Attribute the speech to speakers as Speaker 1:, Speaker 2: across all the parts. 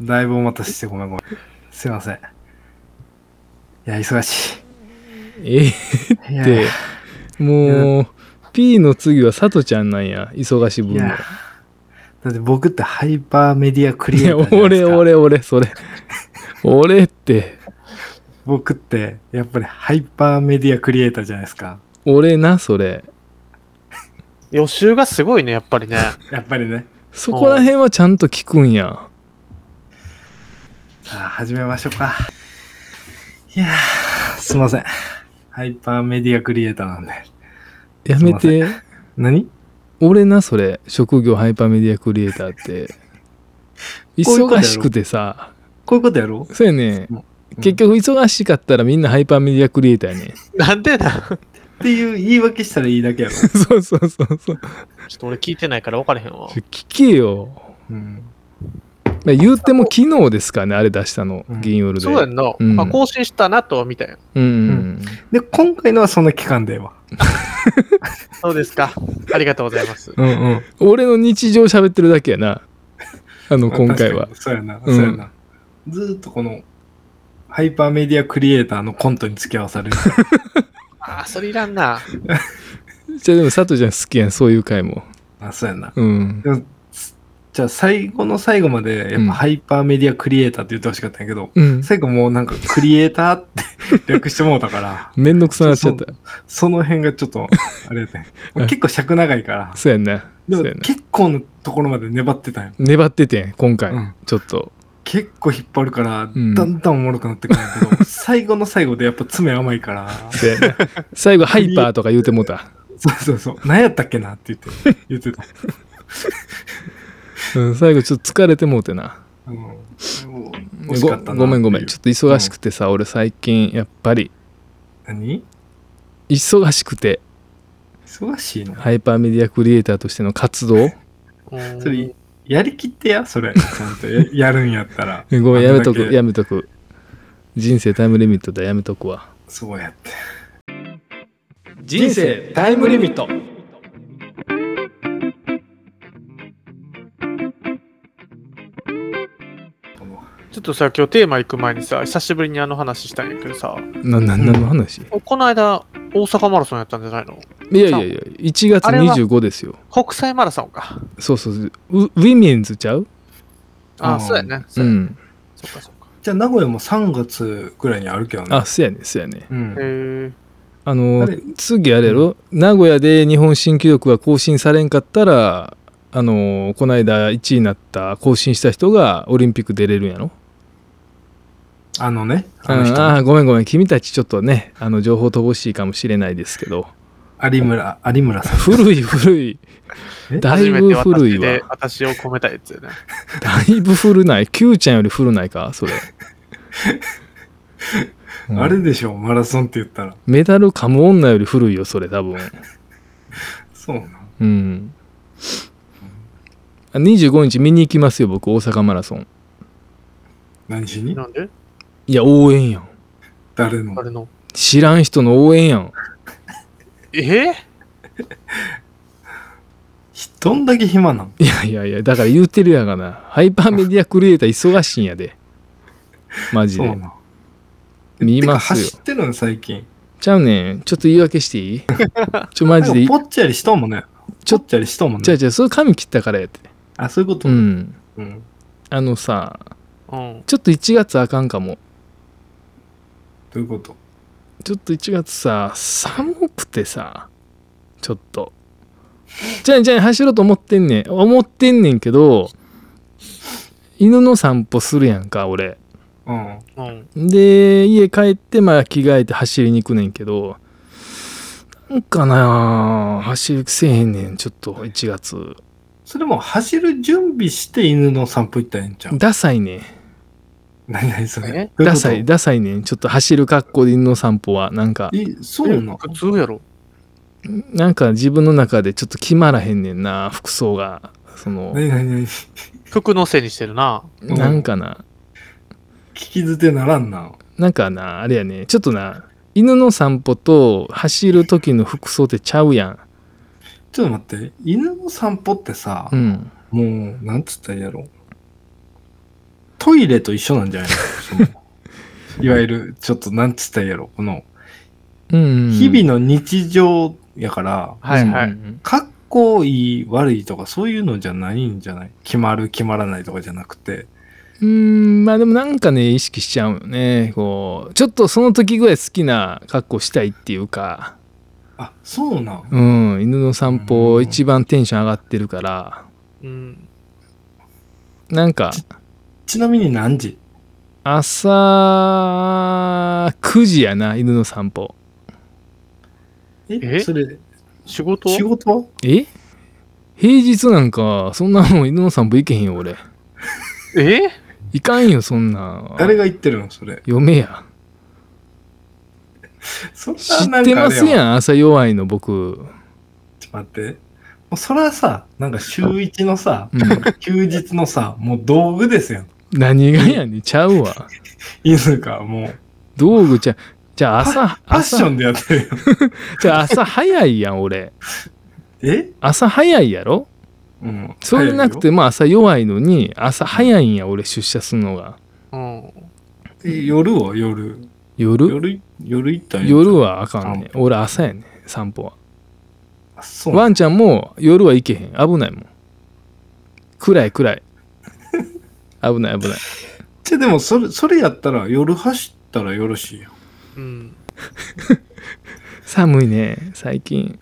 Speaker 1: だいぶお待たせしてごめんごめん。すいません。いや、忙し
Speaker 2: え
Speaker 1: い。いや、
Speaker 2: でもう P の次はさとちゃんなんや忙しい
Speaker 1: い
Speaker 2: 分の
Speaker 1: や。だって僕ってハイパーメディアクリ
Speaker 2: い
Speaker 1: エイ
Speaker 2: や
Speaker 1: ターじゃないです
Speaker 2: 俺
Speaker 1: か。
Speaker 2: 俺俺それ俺って
Speaker 1: 僕って、やっぱりハイパーメディアクリエイターじゃないですか。
Speaker 2: 俺なそれ
Speaker 3: 予習がすごいね、やっぱり ね。
Speaker 1: やっぱりね。
Speaker 2: そこら辺はちゃんと聞くんや
Speaker 1: さあ、始めましょうか。いやー、すいません。ハイパーメディアクリエイターなんで。
Speaker 2: やめて
Speaker 1: 何
Speaker 2: 俺なそれ職業ハイパーメディアクリエイターって
Speaker 1: こういうことやろ
Speaker 2: 忙しくてさ
Speaker 1: こういうことやろ
Speaker 2: そうやね
Speaker 1: うん
Speaker 2: 結局忙しかったらみんなハイパーメディアクリエイターやね
Speaker 3: なんでだ
Speaker 1: っていう言い訳したらいいだけやろ。
Speaker 2: そうそうそうそう
Speaker 3: ちょっと俺聞いてないから分からへんわ。
Speaker 2: 聞けよ
Speaker 1: うん。
Speaker 2: まあ言うても昨日ですかねあれ出したの
Speaker 1: うん
Speaker 2: 銀夜で
Speaker 3: そうやんな。
Speaker 2: うん
Speaker 3: あ、更新したなと、みたいな。
Speaker 2: うんうんう
Speaker 1: うんで、今回のはそんな期間でわ。
Speaker 3: そうですか。ありがとうございます。
Speaker 1: うんうん。
Speaker 2: 俺の日常喋ってるだけや な。あの、今回
Speaker 1: 確か。に
Speaker 2: は
Speaker 1: そうやな、
Speaker 2: うん
Speaker 1: そうやな。ずーっとこの、ハイパーメディアクリエイターのコントに付き合わさ れる。
Speaker 3: あー、それいらんな。
Speaker 2: じゃあでも、佐藤ちゃん好きやん、そういう回も。
Speaker 1: あ、そうやな。
Speaker 2: うん。
Speaker 1: でもつじゃあ最後の最後まで、や
Speaker 2: う
Speaker 1: っ
Speaker 2: ん
Speaker 1: ぱハイパーメディアクリエイターって言ってほしかったんやけど、
Speaker 2: うん。
Speaker 1: 最後もうなんかクリエイターって略してもうた から、
Speaker 2: めんどくさなっちゃった。
Speaker 1: その辺がちょっと、あれやね
Speaker 2: うん
Speaker 1: 結構尺長いから、
Speaker 2: そうやんな。
Speaker 1: で
Speaker 2: そ
Speaker 1: も
Speaker 2: うやんな。
Speaker 1: 結構のところまで粘ってたんよ。
Speaker 2: 粘っててん、今回。
Speaker 1: うん
Speaker 2: ちょっと。
Speaker 1: 結構引っ張るから、
Speaker 2: うん
Speaker 1: だんだんおもろくなってくるんや けど、最後の最後でやっぱ爪甘いから、
Speaker 2: そうやんな最後、ハイパーとか言うてもうた。
Speaker 1: そうそうそう、何やったっけなって言って、言ってた。
Speaker 2: うん、最後、ちょっと疲れてもうてな。
Speaker 1: うん、惜しか
Speaker 2: ご
Speaker 1: ったな
Speaker 2: ごめんごめん。
Speaker 1: って
Speaker 2: ち
Speaker 1: いう
Speaker 2: ょっと忙しくてさ、俺最近、やっぱり、
Speaker 1: 何
Speaker 2: 忙しくて、
Speaker 1: 忙しいの
Speaker 2: ハイパーメディアクリエイターとしての 活動。
Speaker 3: うーん
Speaker 1: それやりきってやそれちゃんとや やるんやったら
Speaker 2: ごめん、やめとく、
Speaker 1: あんだけ
Speaker 2: やめとく。人生タイムリミットだ、やめとくわ。
Speaker 1: そうやって
Speaker 2: 人生タイムリミット
Speaker 3: ちょっとさ、今日テーマ行く前にさ、久しぶりにあの話したんやけどさ、
Speaker 2: な、な、何の話、
Speaker 3: この間、大阪マラソンやったんじゃないの
Speaker 2: いやいやいや、1月
Speaker 3: あれは
Speaker 2: 25ですよ。
Speaker 3: 国際マラソンか。
Speaker 2: そうそうそうウ、ウィメンズちゃう
Speaker 3: あ
Speaker 1: あ
Speaker 3: あ、
Speaker 1: ー
Speaker 3: そうやね。そううやね
Speaker 2: ん。
Speaker 3: そっかそっか。
Speaker 1: じゃあ名古屋も3月ぐらいにあるけどね
Speaker 2: あ、そうやね、そうやね。
Speaker 1: うん
Speaker 3: へえ。
Speaker 2: あの
Speaker 1: あれ
Speaker 2: ー、次あれやろ、名古屋で日本新記録が更新されんかったら、あのー、この間1位になった、更新した人がオリンピック出れるんやろ
Speaker 1: あのねあ
Speaker 2: あ
Speaker 1: の人
Speaker 2: あー、ごめんごめん、君たちちょっとね、あの、情報乏しいかもしれないですけど、
Speaker 1: 有村有村さん
Speaker 2: 古い古い
Speaker 1: え。
Speaker 2: だいぶ古い
Speaker 3: 初めて
Speaker 2: わ。
Speaker 3: 私で私を込めたやつよね。
Speaker 2: だいぶ古ない。Q ちゃんより古ないかそれ。うん
Speaker 1: あれでしょマラソンって言ったら
Speaker 2: メダル噛む女より古いよ、それ、多分。
Speaker 1: そうなん
Speaker 2: うん。あ25日見に行きますよ、僕、大阪マラソン。
Speaker 1: 何しに
Speaker 3: なんで
Speaker 2: いや、応援やん。
Speaker 1: 誰の
Speaker 3: あれの。
Speaker 2: 知らん人の応援やん。
Speaker 3: えー
Speaker 1: どんだけ暇なん
Speaker 2: いやいやいや、だから言うてるやがな。ハイパーメディアクリエイター忙しいんやで。マジ
Speaker 1: そうな
Speaker 2: で。
Speaker 1: ん
Speaker 2: 見
Speaker 1: てか
Speaker 2: ますよ
Speaker 1: 走。ってるの最近
Speaker 2: ちゃうねん。ちょっと言い訳し ていいちょ、マジでい
Speaker 1: なん
Speaker 2: い
Speaker 1: か。ぽっちゃりしとんもんね
Speaker 2: ちょ
Speaker 1: ぽっちゃりしとんもん
Speaker 2: じゃあ
Speaker 1: ね
Speaker 2: じゃあ、それ髪切ったからやって。
Speaker 1: あそういうこと
Speaker 2: うん。
Speaker 1: うん
Speaker 2: あのさ、
Speaker 3: うん。
Speaker 2: ちょっと1月あかんかも。
Speaker 1: どういうこと
Speaker 2: ちょっと1月さ、寒くてさ、ちょっと。じゃあじゃあ走ろうと思ってんねん。思ってんねんけど、犬の散歩するやんか、俺。
Speaker 1: うん
Speaker 3: うん。
Speaker 2: で、家帰って、まあ着替えて走りに行くねんけど、なんかなあ走る気せえへんねん、ちょっと1月。
Speaker 1: それも走る準備して犬の散歩行ったらええんちゃう
Speaker 2: ダサいねん。
Speaker 1: 何何それ
Speaker 3: え
Speaker 1: どういうこと
Speaker 2: ダサい、ダサいねん。ちょっと走る格好で犬の散歩は、なんか、
Speaker 1: え、そうなの
Speaker 3: 普通やろ。
Speaker 2: なんか自分の中でちょっと決まらへんねんな、服装が。その、
Speaker 1: 何何何
Speaker 3: 服のせいにしてるな。
Speaker 1: うん
Speaker 2: なんかな、
Speaker 1: 聞き捨てならんな。
Speaker 2: なんかな、あれやね、ちょっとな、犬の散歩と走る時の服装ってちゃうやん。
Speaker 1: ちょっと待って、犬の散歩ってさ
Speaker 2: う、ん。
Speaker 1: もう、なんつったらいいやろ。トイレと一緒なんじゃないのその いわゆる、ちょっとなんつったらいいやろ、この、
Speaker 2: うん
Speaker 1: 日々の日常やから、
Speaker 3: はいはい
Speaker 2: うん
Speaker 1: かっこいい、悪いとかそういうのじゃないんじゃない決まる、決まらないとかじゃなくて。
Speaker 2: うんまあでもなんかね意識しちゃうよねこうちょっとその時ぐらい好きな格好したいっていうか
Speaker 1: あ、そうなん。
Speaker 2: うん犬の散
Speaker 1: う
Speaker 2: 歩
Speaker 1: ん
Speaker 2: 一番テンション上がってるから
Speaker 3: うん。
Speaker 2: なんか
Speaker 1: ちなみに何時
Speaker 2: 朝9時やな犬の散歩
Speaker 1: え
Speaker 3: え
Speaker 1: それ、
Speaker 3: 仕事
Speaker 1: 仕事は
Speaker 2: え平日なんかそんなもん犬の散歩行けへんよ俺
Speaker 3: え
Speaker 2: 行かんよそんなん
Speaker 1: 誰が言ってるのそれ。
Speaker 2: 嫁や
Speaker 1: そん
Speaker 2: 知
Speaker 1: なな
Speaker 2: っ
Speaker 1: んか
Speaker 2: て
Speaker 1: あれ
Speaker 2: ます
Speaker 1: ん。
Speaker 2: やん朝弱いの僕、
Speaker 1: ちょっと待って。もうそれはさ、なんか週一のさ、
Speaker 2: うん、
Speaker 1: 休日のさ、もう道具ですよ。
Speaker 2: 何がやねんちゃうわ
Speaker 1: 犬がもう、
Speaker 2: 道具ちゃうじゃあ朝
Speaker 1: ファッショ
Speaker 2: 朝
Speaker 1: ンでやってるよ。
Speaker 2: じゃあ朝早いやん俺
Speaker 1: え
Speaker 2: 朝早いやろ
Speaker 1: うん。
Speaker 2: それなくてまあ朝弱いのに朝早いんや俺出社すんのが
Speaker 3: うん。
Speaker 1: 早いよ。え夜は夜。
Speaker 2: 夜
Speaker 1: 夜、夜行ったんや
Speaker 2: 夜。はあかんねん
Speaker 1: 散
Speaker 2: 俺朝やねん散歩は
Speaker 1: あそうなん。
Speaker 2: ワンちゃんも夜は行けへん危ないもん暗い 暗い危ない危ない
Speaker 1: じゃあでもそれ、それやったら夜走ったらよろしいよ。
Speaker 3: うん。
Speaker 2: 寒いね最近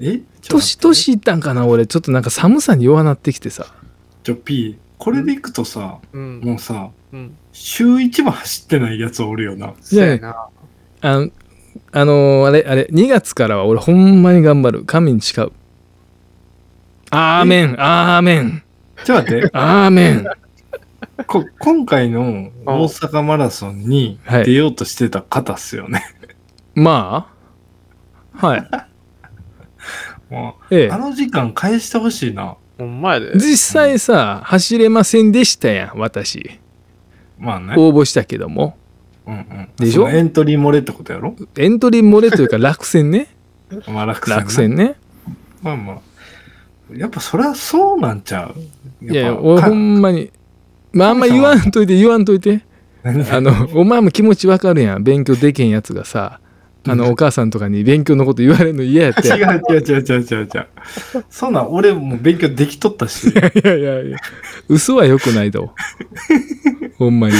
Speaker 1: え
Speaker 2: 年年いったんかな俺ちょっとなんか寒さに弱なってきてさ
Speaker 1: ちょ、P、これで行くとさ、
Speaker 3: うん。
Speaker 1: もうさ、
Speaker 3: うん。
Speaker 1: 週一も走ってないやつおるよな。
Speaker 3: そうやな。
Speaker 2: あのあのーあれあれ2月からは俺ほんまに頑張る神に誓うアーメンアーメン
Speaker 1: ちょ、待 って、
Speaker 2: アーメン
Speaker 1: こ今回の大阪マラソンに
Speaker 2: はい
Speaker 1: 出ようとしてた方っすよね。
Speaker 2: まあはい
Speaker 1: も
Speaker 2: え
Speaker 1: うあ
Speaker 2: え
Speaker 1: の時間返してほしいな。
Speaker 3: ほんまやで。
Speaker 2: 実際さ走れませんでしたやん私
Speaker 1: まあね。
Speaker 2: 応募したけども
Speaker 1: うんうん、
Speaker 2: でしょ
Speaker 1: そのエントリー漏れってことやろ
Speaker 2: エントリー漏れというか落選ね
Speaker 1: まあ落選な
Speaker 2: 落選ね
Speaker 1: まあまあ。やっぱそりゃそうなんちゃう
Speaker 2: いやい
Speaker 1: っ
Speaker 2: や
Speaker 1: ぱ
Speaker 2: 俺
Speaker 1: か
Speaker 2: ほんまにまああんま言わんといて言わんといて あのお前も気持ちわかるやん勉強できへんやつがさあのお母さんとかに勉強のこと言われるの嫌や って
Speaker 1: 違う違う違う違う違う違う。そんなん俺もう勉強できとった し。
Speaker 2: いやいやいや、嘘は良くないと。ほんまに。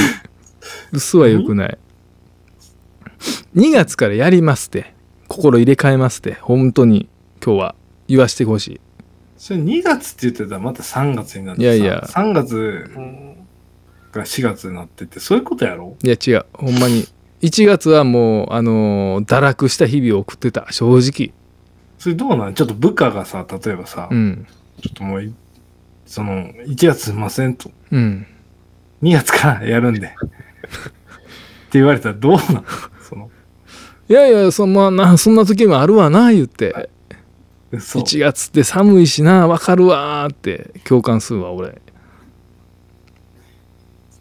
Speaker 2: 嘘は良くない。2月からやりますって。心入れ替えますって。本当に今日は言わしてほしい。
Speaker 1: それ2月って言ってたらまた3月になってさ。
Speaker 2: いやいや
Speaker 1: 3月
Speaker 3: うん。
Speaker 1: が4月になってて、そういうことやろ
Speaker 2: いや違う。ほんまに。1月はもう、あのー堕落した日々を送ってた。正直。
Speaker 1: それどうなんちょっと部下がさ、例えばさ、
Speaker 2: うん。
Speaker 1: ちょっともうい、その、1月すいませんと、
Speaker 2: うん。
Speaker 1: 2月からやるんで。って言われたらどうなんその、
Speaker 2: いやいや、そ,、まあ、なそんな時もあるわな、言って。
Speaker 1: 嘘。
Speaker 2: 1月って寒いしな、わかるわーって共感するわ、俺。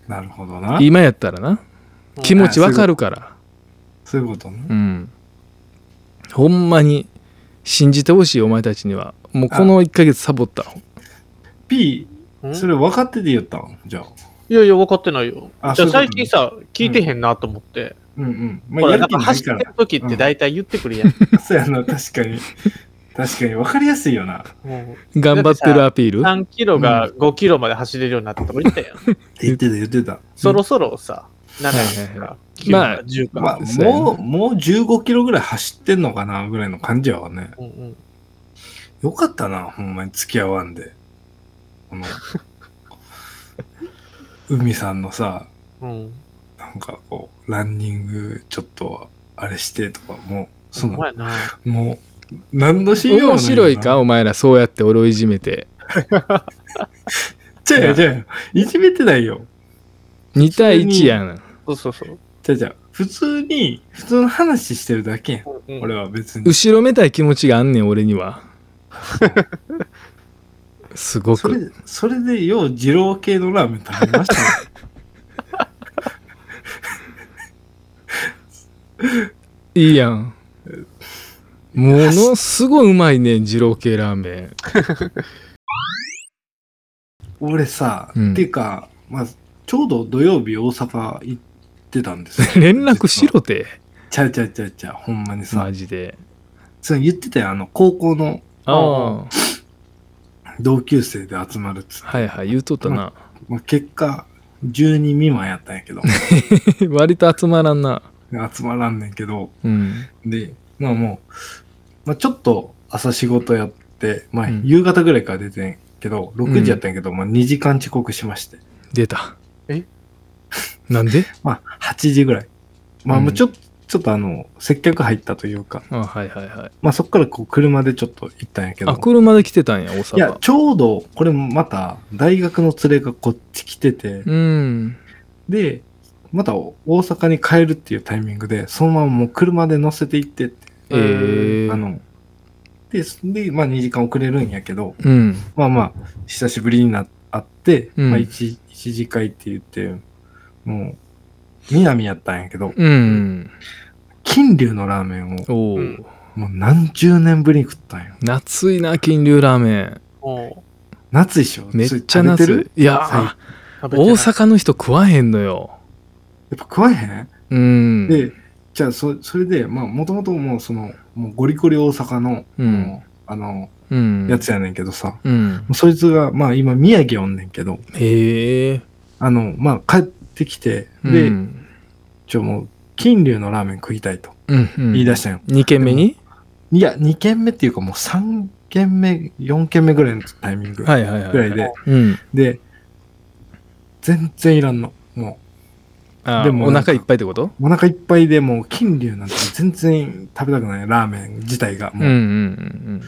Speaker 1: なるほどな。
Speaker 2: 今やったらな。気持ちわかるから。
Speaker 1: そういうことね。
Speaker 2: うん、ほんまに信じてほしいお前たちにはもうこの1ヶ月サボった
Speaker 1: P、
Speaker 3: うん
Speaker 1: それ分かってて言ったんじゃあ。
Speaker 3: いやいや、分かってないよ。
Speaker 1: あ
Speaker 3: じゃあ
Speaker 1: そういう
Speaker 3: 最
Speaker 1: こと
Speaker 3: 近さ、聞いてへんなと思って。
Speaker 1: うんうん。ま
Speaker 3: ほ
Speaker 1: あ、
Speaker 3: ら
Speaker 1: や
Speaker 3: な
Speaker 1: る気
Speaker 3: んか
Speaker 1: ない
Speaker 3: 走っ
Speaker 1: か
Speaker 3: て
Speaker 1: ら
Speaker 3: る。時って大体言ってくるやん。
Speaker 1: そうやな、確かに。確かに分かりやすいよな。
Speaker 3: も
Speaker 2: 頑張ってるアピー
Speaker 3: う
Speaker 2: ル
Speaker 3: 3キロが5キロまで走れるようになったとか言ったやん。
Speaker 1: 言ってた言ってた。
Speaker 3: そろそろさ、7
Speaker 2: はい
Speaker 3: か9
Speaker 2: まあ
Speaker 3: か10か。
Speaker 1: まあ、
Speaker 2: そうやな
Speaker 1: もう、もう15キロぐらい走ってんのかなぐらいの感じやわね。
Speaker 3: うんうん
Speaker 1: よかったな、ほんまに付き合わんで。この、 海さんのさ、
Speaker 3: うん。
Speaker 1: なんかこう、ランニングちょっとあれしてとか、もう、そ
Speaker 3: そ
Speaker 1: の、
Speaker 3: やな。
Speaker 1: もう、何の信用もな
Speaker 2: 面白いかお前らそうやって俺をいじめて
Speaker 1: じゃあじゃいじめてないよ。
Speaker 2: 2対1やん
Speaker 3: そうそうそう。
Speaker 1: じゃあじゃあ普通に、普通の話してるだけやん。
Speaker 3: うん
Speaker 1: 俺は別に。
Speaker 2: 後ろめたい気持ちがあんねん俺に はすご
Speaker 1: そ
Speaker 2: く
Speaker 1: れ、それでよう二郎系のラーメン食べま したね。
Speaker 2: いいやんものすごいうまいねん二郎系ラーメン
Speaker 1: 俺さ、
Speaker 2: うん
Speaker 1: っていうか、まあ、ちょうど土曜日大阪行ってたんですよ
Speaker 2: 連絡しろて
Speaker 1: ちゃうちゃうちゃうちゃうほんまにさ、
Speaker 2: マジで
Speaker 1: それ言ってたよあの高校の
Speaker 2: ああ
Speaker 1: 同級生で集まるっつって、
Speaker 2: はいはい言うとったな
Speaker 1: まあ、結果10人未満やったんや けど
Speaker 2: 割と集まらんな
Speaker 1: 集まらんねんけど
Speaker 2: うん
Speaker 1: でまあもう、まあ、ちょっと朝仕事やって、まあ、
Speaker 2: うん
Speaker 1: 夕方ぐらいから出てんけど、6時やったんやけど、まあ、2時間遅刻しまして
Speaker 2: 出た
Speaker 3: え
Speaker 2: なんで
Speaker 1: まあ8時ぐらいまあ
Speaker 2: うん
Speaker 1: もうちょ,、ちょっとあの接客入った というか
Speaker 2: あはいはいはい
Speaker 1: まあそこからこう車でちょっと行ったんやけど
Speaker 2: あ車で来てたんや大
Speaker 1: いや
Speaker 2: 阪
Speaker 1: ちょうどこれもまた大学の連れがこっち来てて、
Speaker 2: うん
Speaker 1: で、また大阪に帰るっていうタイミングで、そのままもう車で乗せていってって、
Speaker 2: ええ
Speaker 1: あの、で、で、まあ2時間遅れるんやけど、
Speaker 2: うん
Speaker 1: まあまあ、久しぶりにな会って、
Speaker 2: うん
Speaker 1: まあ 1, 一次会って言って、もう、南やったんやけど、
Speaker 2: うん
Speaker 1: 金龍のラーメンを
Speaker 2: おお、
Speaker 3: うん
Speaker 1: もう何十年ぶりに食ったんよ。
Speaker 2: 夏いな金龍ラーメン
Speaker 3: も
Speaker 1: 夏でしょ
Speaker 2: めっ
Speaker 1: それ
Speaker 2: ちゃ
Speaker 1: 食べて
Speaker 2: 夏
Speaker 1: る
Speaker 2: いいや
Speaker 1: 最
Speaker 2: ー
Speaker 3: う食べてない
Speaker 2: 大阪の人食わへんのよ
Speaker 1: やっぱ食わへん
Speaker 2: うん
Speaker 1: で、じゃあそ、それで、まあ、もともともうその、もうゴリゴリ大阪の、
Speaker 2: うん
Speaker 1: もうあの、
Speaker 2: うん
Speaker 1: やつやねんけどさ、も
Speaker 2: うん
Speaker 1: うそいつが、まあ今宮城おんねんけど、
Speaker 2: へえ
Speaker 1: あの、まあ帰ってきて、で、
Speaker 2: うん
Speaker 1: ちょ、もう、金龍のラーメン食いたいと
Speaker 2: うんうん、
Speaker 1: 言い出したんよ。
Speaker 2: 2軒目に
Speaker 1: いや、2軒目っていうかもう3軒目、4軒目ぐらいのタイミングぐら
Speaker 2: はいいはいはい
Speaker 1: で、
Speaker 2: うん、
Speaker 1: で、全然いらんの。も
Speaker 2: あ
Speaker 1: で
Speaker 2: で
Speaker 1: も
Speaker 2: も
Speaker 1: な
Speaker 2: お
Speaker 1: んか
Speaker 2: 腹いっぱいってこと
Speaker 1: う、お腹いっぱいでもう、金龍なんて全然食べたくない、ラーメン自体が。
Speaker 2: うんう
Speaker 1: も
Speaker 2: んう
Speaker 1: う、
Speaker 2: ん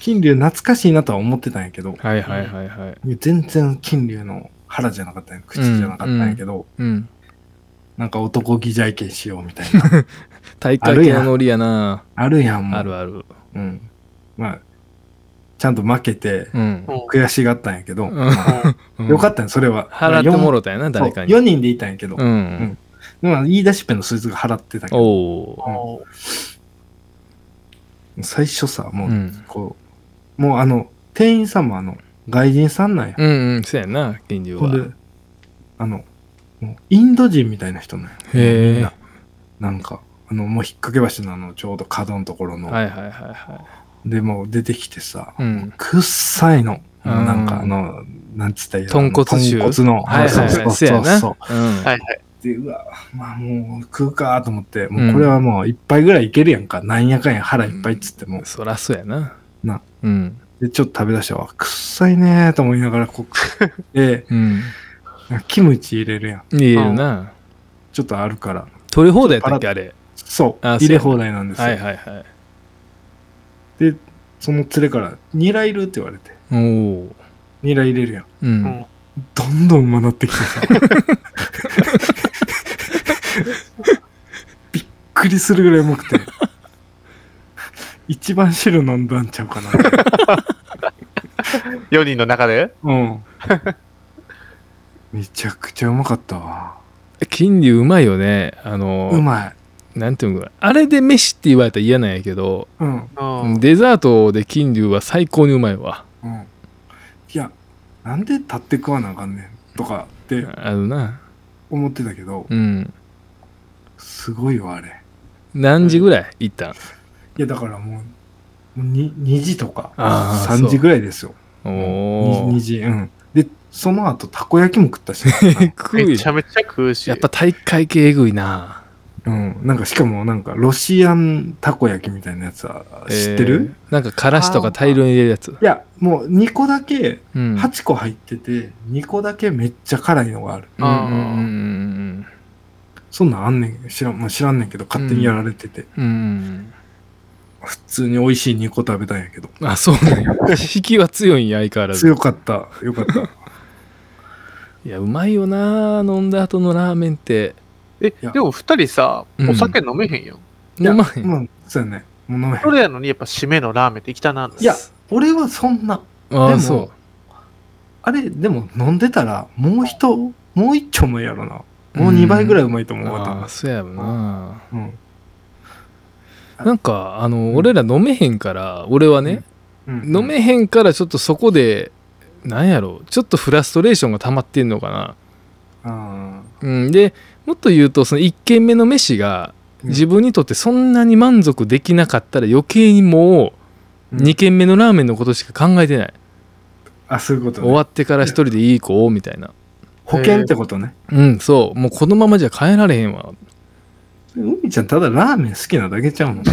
Speaker 1: 金龍懐かしいなとは思ってたんやけど、
Speaker 2: はいはいはいはい
Speaker 1: 全然金龍の腹じゃなかったんや、口じゃなかったんやけど、
Speaker 2: うん
Speaker 1: なんか男気じゃいけんしようみたいな。
Speaker 2: 体育会系のノリやな
Speaker 1: あるやん、もう。
Speaker 2: あるある
Speaker 1: うん。まあ、ちゃんと負けて、
Speaker 2: うん
Speaker 3: うん
Speaker 1: 悔しがったんやけど、
Speaker 2: ん
Speaker 1: まあ
Speaker 2: うん
Speaker 1: よかったね、それは。
Speaker 2: 払っても
Speaker 1: ろ
Speaker 2: ろたやな誰かに
Speaker 1: 4人でいたんやけど、
Speaker 2: うん、
Speaker 1: んまあ言い出しっぺのそいつが払ってたけ
Speaker 2: お
Speaker 1: ど、
Speaker 2: お
Speaker 3: もう
Speaker 1: 最初さ、
Speaker 2: ー
Speaker 1: も
Speaker 2: う
Speaker 1: う、
Speaker 2: ん
Speaker 1: こう、もうあの、店員さんもあの、外人さんなんや。
Speaker 2: うんうんそうやな金龍
Speaker 1: ほ
Speaker 2: は
Speaker 1: んで、あの、もうインド人みたいな人なんや。
Speaker 2: へ
Speaker 1: みん
Speaker 2: え
Speaker 1: ななんか、あの、もう引っ掛け橋のあの、ちょうど角のところの、
Speaker 2: はいはいはいは
Speaker 1: で、もう出てきてさ、
Speaker 2: いうん
Speaker 1: くっさいの。
Speaker 2: うん
Speaker 1: なんかあの、なんつったらいいの
Speaker 2: 豚骨臭
Speaker 1: 豚骨の。
Speaker 2: はいはい
Speaker 1: そう
Speaker 2: はい
Speaker 1: そ
Speaker 2: そうう
Speaker 1: そ
Speaker 2: や
Speaker 1: う
Speaker 2: な
Speaker 1: そう
Speaker 2: うん
Speaker 3: はいはい。
Speaker 1: で、うわ、まあもう食うかと思って、もうこれはもう一杯ぐらいいけるやんか。なんやかんや腹いっぱいっつっても。
Speaker 2: そらそうやな
Speaker 1: な
Speaker 2: うん
Speaker 1: で、ちょっと食べ出したわ。くっさいねーと思いながらこう 食って、
Speaker 2: うん
Speaker 1: キムチ入れるやん。
Speaker 2: 言えるな
Speaker 1: ちょっとあるから。
Speaker 2: 取り放題やったっけあれ
Speaker 1: そう。
Speaker 2: あ
Speaker 1: 入れ放題なんですよ。
Speaker 2: はいはいはい
Speaker 1: で、その連れから、ニラいるって言われて。
Speaker 2: おおー
Speaker 1: ニラ入れるやん。
Speaker 2: う
Speaker 3: うんん
Speaker 1: どんどんうまなってきて さ。びっくりするぐらいうまくて。一番汁飲んだんちゃうかな。
Speaker 3: 4人の中で
Speaker 1: うん。めちゃくちゃうまかったわ。
Speaker 2: 金龍うまいよねあの
Speaker 1: うまい。
Speaker 2: なんていうのかなあれで飯って言われたら嫌なんやけど、
Speaker 1: うん。
Speaker 3: うん。
Speaker 2: デザートで金龍は最高にうまいわ
Speaker 1: うん。いや、なんで立って食わなあかんねんとかって
Speaker 2: あるな
Speaker 1: 思ってたけど、
Speaker 2: うん
Speaker 1: すごいわ、あれ。
Speaker 2: 何時ぐらい行ったん
Speaker 1: いや、だからもう、もう 2, 2時とか、
Speaker 2: あー
Speaker 1: 3時ぐらいですよ。
Speaker 2: お
Speaker 1: 2,
Speaker 2: お
Speaker 1: 時、うん。で、その後、たこ焼きも食 ったし、
Speaker 2: 食う
Speaker 3: め
Speaker 2: よ
Speaker 3: ちゃめちゃ食うし。
Speaker 2: やっぱ体育会系えぐいな
Speaker 1: うん。なんか、しかも、なんか、ロシアンたこ焼きみたいなやつは知ってる、、
Speaker 2: えーなんかからしとか大量に入れるやつ
Speaker 1: いや、もう2個だけ、
Speaker 2: うん
Speaker 1: 8個入ってて、2個だけめっちゃ辛いのがある。
Speaker 2: うんうんうん
Speaker 1: そんなんあんねん、知らん、まあ、知らんねんけど、勝手にやられてて、
Speaker 2: うんうん
Speaker 1: 普通に美味しい2個食べたんやけど、
Speaker 2: うんあそうなんや引きは強いんや相変わらず
Speaker 1: 強かった、よか った。
Speaker 2: いやうまいよな飲んだ後のラーメンって
Speaker 3: え、
Speaker 1: や
Speaker 3: でも2人さ
Speaker 2: う、ん
Speaker 3: お酒飲めへんよ。
Speaker 2: 飲まへ
Speaker 1: いや
Speaker 2: ん
Speaker 1: まあ、そうやね。もう飲めへ
Speaker 3: そ
Speaker 1: ん。
Speaker 3: れやのに、やっぱ締めのラーメンってきたな。
Speaker 1: いや、俺はそんな、
Speaker 2: あ
Speaker 1: でも
Speaker 2: あそ
Speaker 1: あれ、でも飲んでたら、もう一、もう一丁もええやろな。もう2倍ぐらいうまいと
Speaker 2: う
Speaker 1: 思うわ、
Speaker 2: ああそうやろな
Speaker 1: 多分うん。
Speaker 2: なんかあの、
Speaker 1: ん
Speaker 2: 俺ら飲めへんから俺はね、
Speaker 1: うん
Speaker 2: 飲めへんからちょっとそこでなんやろうちょっとフラストレーションが溜まってんのかな
Speaker 1: うん。
Speaker 2: うん、でもっと言うとその1軒目の飯が
Speaker 1: うん
Speaker 2: 自分にとってそんなに満足できなかったら余計にもう2軒目のラーメンのことしか考えてない、
Speaker 1: あ、そういうこと、
Speaker 2: 終
Speaker 1: ね。
Speaker 2: わってから一人でいい子をみたいな
Speaker 1: 保険ってことね。
Speaker 2: うんそうもうこのままじゃ帰られへんわ
Speaker 1: 海ちゃんただラーメン好きなだけちゃうもん。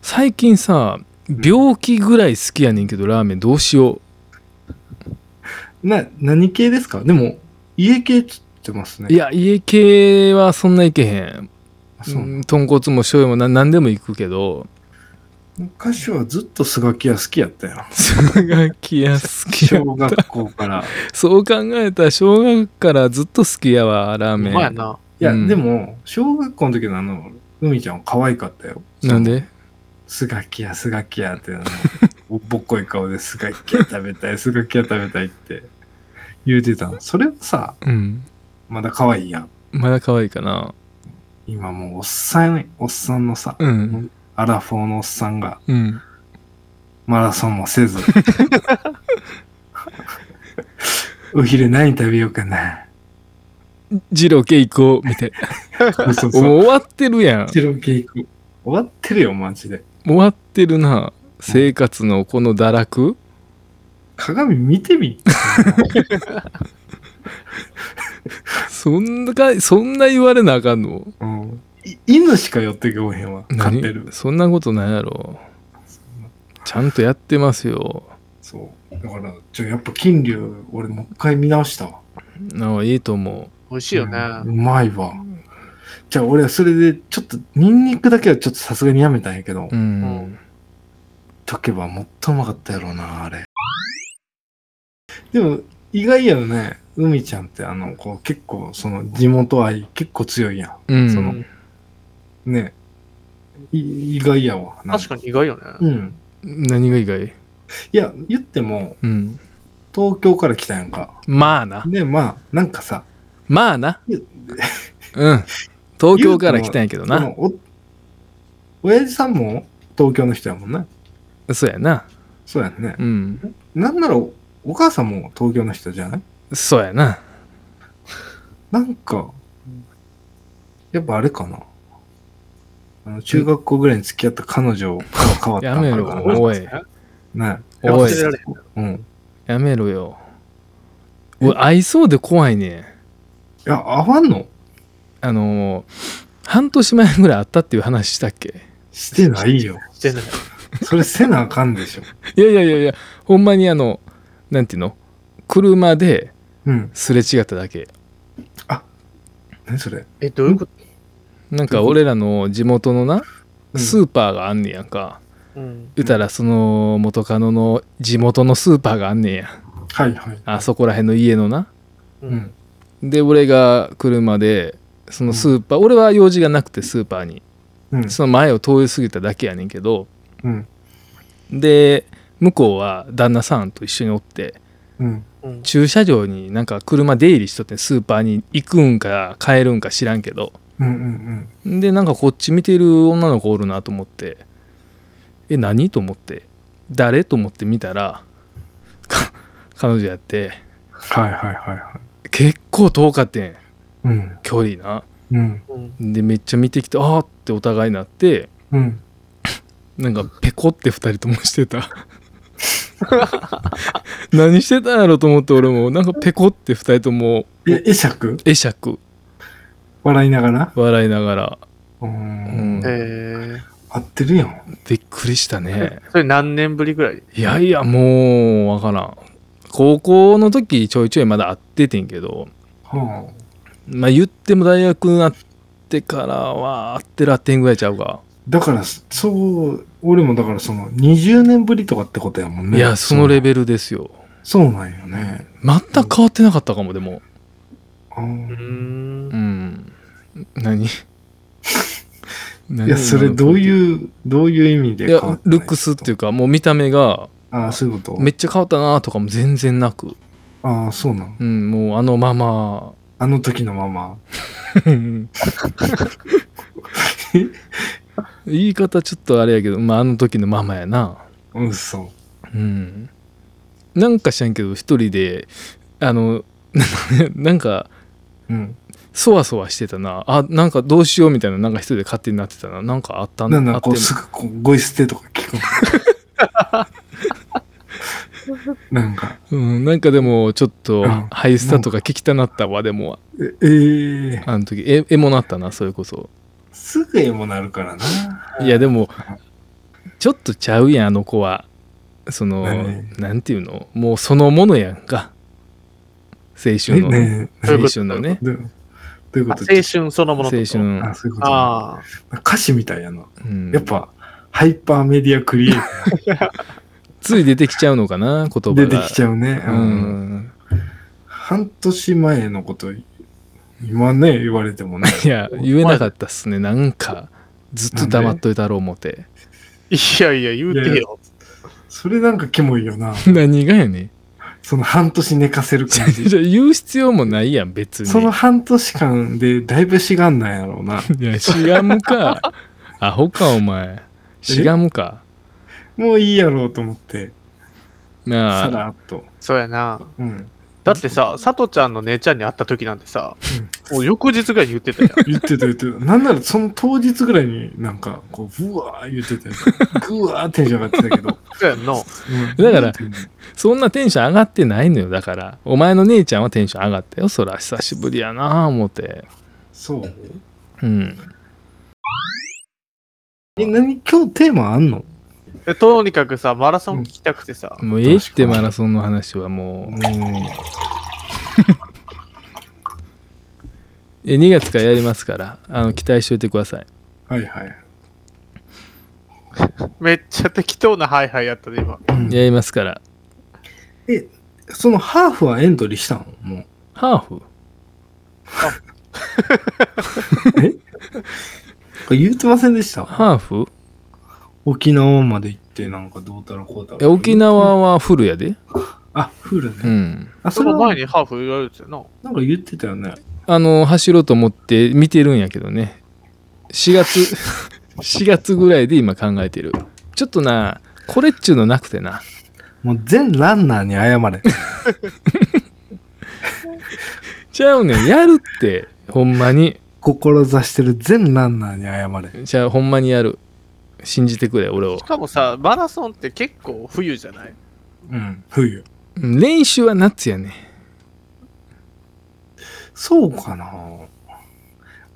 Speaker 2: 最近さ病気ぐらい好きやねんけどラーメンどうしよ
Speaker 1: な、何系ですかでも、家系っつってますね。
Speaker 2: うい、や家系はそんないけへん
Speaker 1: そう。
Speaker 2: うん豚骨も醤油もな何でも行くけ ど
Speaker 1: 昔はずっとスガキ屋好きやったよ。
Speaker 2: すがきや好きや
Speaker 1: 小学校から。
Speaker 2: そう考えたら小学からずっと好きやわラーメン
Speaker 3: まやな。
Speaker 1: いや、
Speaker 2: うん
Speaker 1: でも、小学校の時のあの、海ちゃんは可愛かったよ。
Speaker 2: なんで
Speaker 1: スガキ屋、スガキ屋 ってあの、おぼっこい顔でスガキ屋食べたい、スガキ屋食べたいって言うてたの。それはさ、
Speaker 2: うん
Speaker 1: まだ可愛いやん。
Speaker 2: まだ可愛いかな
Speaker 1: 今もうおっさんやね、おっさんのさ、
Speaker 2: うん
Speaker 1: アラフォーのおっさんが
Speaker 2: うん
Speaker 1: マラソンもせ ず。お昼何食べようかな。
Speaker 2: 二郎系行こうみたいな
Speaker 1: そうそうそう。
Speaker 2: もう終わってるやん
Speaker 1: チロケイク。終わってるよ、マジで。
Speaker 2: 終わってるな生活のこの堕落
Speaker 1: 鏡見てみ。
Speaker 2: そんなかそんな言われなあかんの
Speaker 1: うん。い犬しか寄ってけおへんわ。飼ってる
Speaker 2: 何。そんなことないやろちゃんとやってますよ
Speaker 1: そう。だから、ちょ、やっぱ金龍、俺もう一回見直したわ。
Speaker 2: なあいいと思
Speaker 3: 美味しいよね。
Speaker 1: うんうまいわ。じゃあ俺はそれで、ちょっと、ニンニクだけはちょっとさすがにやめたんやけど、
Speaker 2: ううん、
Speaker 3: うん
Speaker 1: 溶けばもっとうまかったやろうな、あれ。でも、意外やよね。海ちゃんって、あの、こう、結構、その、地元愛、結構強いや
Speaker 2: うん、
Speaker 1: そのん。ね。い意外やわ。なん
Speaker 3: 確かに意外よね。
Speaker 1: うん。
Speaker 2: 何が以外
Speaker 1: いや、言っても、
Speaker 2: うん
Speaker 1: 東京から来たやんか。
Speaker 2: まあな
Speaker 1: で、まあ、なんかさ、
Speaker 2: まあなう
Speaker 1: いや
Speaker 2: ん東京から来たんやけど
Speaker 1: そ
Speaker 2: な
Speaker 1: のお、親父さんも東京の人やもんね。
Speaker 2: そうやな
Speaker 1: そうやんね。
Speaker 2: うん
Speaker 1: なんならお、お母さんも東京の人じゃない
Speaker 2: そうやな
Speaker 1: なんか、やっぱあれかな。あの中学校ぐらいに付き合った彼女が変わった
Speaker 2: やめろ
Speaker 1: のか
Speaker 2: おい
Speaker 1: な。ね。
Speaker 2: おい
Speaker 3: 忘れられへん
Speaker 1: うん。
Speaker 2: やめろよ俺会いそうで怖いねん
Speaker 1: いや、合わんの
Speaker 2: あの半年前ぐらいあったっていう話したっけ
Speaker 1: してないよ。
Speaker 3: してない。
Speaker 1: それせなあかんでしょ。
Speaker 2: いやいやいやいやほんまにあのなんていうの車で
Speaker 1: うん。
Speaker 2: すれ違っただけ
Speaker 1: 何それ。
Speaker 3: え、どういうこと
Speaker 2: なんか俺らの地元のな
Speaker 1: うん
Speaker 2: スーパーがあんねやんか、
Speaker 3: うん。
Speaker 2: 言うたらその元カノの地元のスーパーがあんねや
Speaker 1: はいはい。
Speaker 2: あそこら辺の家のな
Speaker 3: う
Speaker 1: うんん。
Speaker 2: で俺が車でそのスーパー、俺は用事がなくてスーパーに
Speaker 1: うん。
Speaker 2: その前を通り過ぎただけやねんけど
Speaker 1: うん。
Speaker 2: で向こうは旦那さんと一緒におって
Speaker 1: うん。
Speaker 3: うん。
Speaker 2: 駐車場になんか車出入りしとってスーパーに行くんか帰るんか知らんけど
Speaker 1: うんうん
Speaker 2: でなんかこっち見てる女の子おるなと思ってえ何と思って誰と思って見たらか彼女やって
Speaker 1: はいはいはいは
Speaker 2: 結構遠かってん
Speaker 1: い。うん。
Speaker 2: 距離な
Speaker 1: うん。
Speaker 3: うん。
Speaker 2: でめっちゃ見てきてあーってお互いなって
Speaker 1: うん。
Speaker 2: なんかペコって2人ともしてた何してたんやろと思って俺もなんかペコって2人とも
Speaker 1: え、会釈
Speaker 2: 会釈
Speaker 1: 笑いながら
Speaker 2: 笑いながら、
Speaker 1: う。
Speaker 2: うんん
Speaker 3: えー、
Speaker 1: 合ってるやん。
Speaker 2: びっくりしたね
Speaker 3: それ何年ぶりぐらい。
Speaker 2: いやいやもうわからん高校の時ちょいちょいまだ会っててんけど
Speaker 1: はあ。
Speaker 2: まあ言っても大学になってからは会ってらってんぐらいちゃうか、
Speaker 1: だから、そう、俺もだからその、20年ぶりとかってことやもんね。
Speaker 2: いやそのレベルですよ
Speaker 1: そうなんよね。
Speaker 2: 全く変わってなかったかもでも
Speaker 1: あー
Speaker 2: うんん 何何
Speaker 1: いや、それどういう、どういう意味で。
Speaker 2: いやルックスっていううかもう見た目が
Speaker 1: ああ、そういうこと。
Speaker 2: めっちゃ変わったなとかも全然なく、
Speaker 1: ああ、そうなの。
Speaker 2: うん、もうあのま ま
Speaker 1: あの時のまま。
Speaker 2: 言い方ちょっとあれやけど、まあ、あの時のままやな
Speaker 1: うん、そ
Speaker 2: うん なんか知らんけど一人であのなんか
Speaker 1: うん。
Speaker 2: そわそわしてたなあなんかどうしようみたいななんか一人で勝手になってたななんかあった
Speaker 1: なん
Speaker 2: あ
Speaker 1: だ、
Speaker 2: って
Speaker 1: こ
Speaker 2: も
Speaker 1: う、すぐこう、ゴイ捨てとか聞く の。なんか、
Speaker 2: うん、なんかでもちょっと
Speaker 1: うん
Speaker 2: ハイスタとか聞きたなったわでも
Speaker 1: ええー
Speaker 2: あの時ええもなったなそれこそ
Speaker 1: すぐ絵もなるからな。
Speaker 2: いやでもちょっとちゃうやんあの子はその
Speaker 1: 何
Speaker 2: なんていうのもうそのものやんか青春
Speaker 1: え、
Speaker 2: の、
Speaker 1: ねえ、
Speaker 3: どうい
Speaker 2: 青
Speaker 3: うこと
Speaker 2: 春のね
Speaker 1: どうどういう
Speaker 3: あ
Speaker 1: こと
Speaker 3: 青春そのも
Speaker 2: 青
Speaker 3: のってこと
Speaker 2: 春
Speaker 1: あ、そういうこと。
Speaker 3: ああ。
Speaker 1: 歌詞みたいやな。
Speaker 2: うん
Speaker 1: やっぱ、ハイパーメディアクリエイタ
Speaker 2: つい出てきちゃうのかな言葉
Speaker 1: ー
Speaker 2: が
Speaker 1: 出てきち
Speaker 2: ゃ
Speaker 1: ゃうね。
Speaker 2: う
Speaker 1: うん。
Speaker 2: ん
Speaker 1: 半年前のこと、今ね、言われても ね。
Speaker 2: いや言えなかったっすねなんかずっと黙っといたろう思って
Speaker 3: いやいや、言う
Speaker 1: いやい
Speaker 3: て
Speaker 1: や
Speaker 3: よ。
Speaker 1: それなんかキモいよな。
Speaker 2: 何がやねん
Speaker 1: その半年寝かせる
Speaker 2: じゃ
Speaker 1: 感 じ。
Speaker 2: じゃ言う必要もないやん別に
Speaker 1: その半年間でだいぶしがんなんやろう な。
Speaker 2: いやしがむかアホかお前しがむか
Speaker 1: もういいやろうと思って、さ
Speaker 2: なあ
Speaker 1: らっと。
Speaker 3: そうやな。
Speaker 1: うん。
Speaker 3: だってさ、さとちゃんの姉ちゃんに会った時なんてさ、
Speaker 1: う
Speaker 3: もう翌日ぐらいに言ってたやん。
Speaker 1: 言ってた言ってた。なんならその当日ぐらいになんか、こう、ぶわー言ってた よ。ぐわーテンション上がってたけど。
Speaker 3: そうやんの。
Speaker 1: うん
Speaker 2: だから、そんなテンション上がってないのよだからお前の姉ちゃんはテンション上がったよそら久しぶりやなあ思って
Speaker 1: そう。
Speaker 2: うん
Speaker 1: え、何今日テーマあんの
Speaker 3: えとにかくさ、マラソン聞きたくてさ、
Speaker 2: もうええっ
Speaker 1: 確か
Speaker 2: て
Speaker 1: に
Speaker 2: マラソンの話はもうえ2月からやりますからあの期待しといてください
Speaker 1: はいはい。
Speaker 3: めっちゃ適当なハイハイやったで、今。
Speaker 1: うん
Speaker 2: やりますから
Speaker 1: そのハーフはエントリーしたのもう。
Speaker 2: ハーフ
Speaker 1: これ言うてませんでした
Speaker 2: ハーフ
Speaker 1: 沖縄まで行って、なんかどうたらこうた
Speaker 2: え
Speaker 1: ら。
Speaker 2: 沖。縄はフルやで
Speaker 1: あ、フル
Speaker 2: う
Speaker 1: ね。
Speaker 2: ん
Speaker 1: あ、
Speaker 3: そ
Speaker 1: それ
Speaker 3: の
Speaker 1: は
Speaker 3: 前にハーフ言われるってな。
Speaker 1: なんか言ってたよね。
Speaker 2: あの走ろうと思って見てるんやけどね4月4月ぐらいで今考えてるちょっとなこれっちゅうのなくてな
Speaker 1: もう全ランナーに謝 れ。
Speaker 2: ちゃうねんやるってほんまに
Speaker 1: 志してる全ランナーに謝れ。
Speaker 2: じゃあほんまにやる信じてくれ俺を
Speaker 3: しかもさ、マラソンって結構冬じゃない
Speaker 1: うん、冬。
Speaker 2: うん練習は夏やね
Speaker 1: そうかな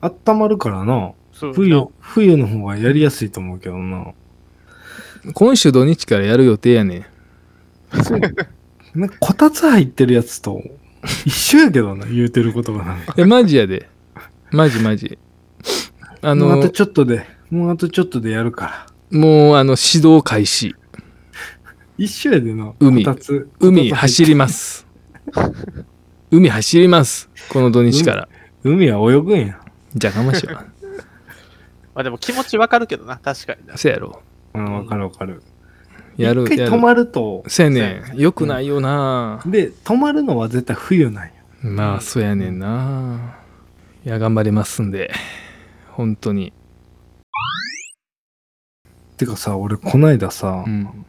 Speaker 1: あったまるからな。
Speaker 3: そう
Speaker 1: 冬、冬の方がやりやすいと思うけどな。
Speaker 2: 今週土日からやる予定やねん
Speaker 1: なんかこたつ入ってるやつと一緒やけどな、言うてることがなんか。
Speaker 2: えマジやでマジマジあ
Speaker 1: もうあ
Speaker 2: の
Speaker 1: とちょっとで、もうあとちょっとでやるから。
Speaker 2: もうあの指導開始
Speaker 1: 一緒やでな、
Speaker 2: 海
Speaker 1: こたつ。こたつ入
Speaker 2: 海
Speaker 1: っ
Speaker 2: 走ります海走りますこの土日から
Speaker 1: 海は泳ぐんや。
Speaker 2: じゃあ我慢しよう
Speaker 3: まあでも気持ちわかるけどな、確かにな。
Speaker 2: そうやろ。
Speaker 1: うん、わかるわかる。
Speaker 2: やる。
Speaker 1: 一回
Speaker 2: や
Speaker 1: 止
Speaker 2: る。
Speaker 1: まると、
Speaker 2: せやねん。よくないよな、
Speaker 1: で、止まるのは絶対冬なんや。
Speaker 2: まあ、そうやねんな。いや、頑張りますんで。本当に。
Speaker 1: てかさ、俺こないださ
Speaker 2: う、ん。